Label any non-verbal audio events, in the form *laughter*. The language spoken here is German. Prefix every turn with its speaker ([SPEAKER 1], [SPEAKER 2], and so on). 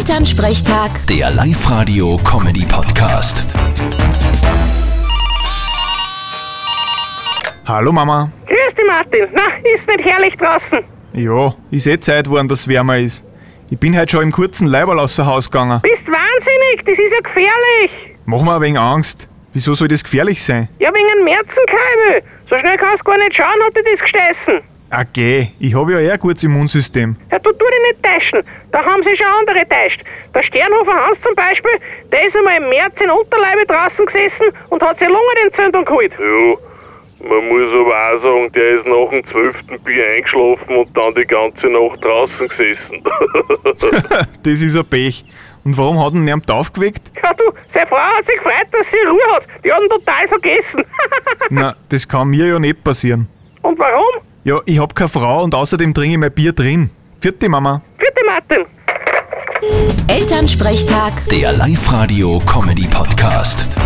[SPEAKER 1] Elternsprechtag,
[SPEAKER 2] Der Live-Radio-Comedy-Podcast.
[SPEAKER 3] Hallo Mama.
[SPEAKER 4] Grüß dich, Martin. Na, ist nicht herrlich draußen.
[SPEAKER 3] Ja, ist eh Zeit geworden, dass es wärmer ist. Ich bin heute schon im kurzen Leiberl außer Haus gegangen.
[SPEAKER 4] Bist wahnsinnig, das ist ja gefährlich.
[SPEAKER 3] Mach mir ein wenig Angst. Wieso soll das gefährlich sein?
[SPEAKER 4] Ja, wegen einem Märzenkeimel. So schnell kannst du gar nicht schauen, hat dir das gesteißen.
[SPEAKER 3] Ah, geh, ich habe ja eh ein gutes Immunsystem.
[SPEAKER 4] Ja, du tu dich nicht täuschen. Da haben sie schon andere täuscht. Der Sternhofer Hans zum Beispiel, der ist einmal im März in Unterleibe draußen gesessen und hat seine Lungenentzündung geholt.
[SPEAKER 5] Ja, man muss aber auch sagen, der ist nach dem zwölften Bier eingeschlafen und dann die ganze Nacht draußen gesessen. *laughs*
[SPEAKER 3] Das ist ein Pech. Und warum hat ihn niemand aufgeweckt?
[SPEAKER 4] Ja, du, seine Frau hat sich gefreut, dass sie Ruhe hat. Die hat ihn total vergessen. *laughs*
[SPEAKER 3] Na, das kann mir ja nicht passieren.
[SPEAKER 4] und warum?
[SPEAKER 3] Ja, ich hab keine Frau und außerdem trinke ich mein Bier drin. Vierte Mama.
[SPEAKER 4] Bitte, Martin.
[SPEAKER 1] Elternsprechtag.
[SPEAKER 2] Der Live-Radio-Comedy-Podcast.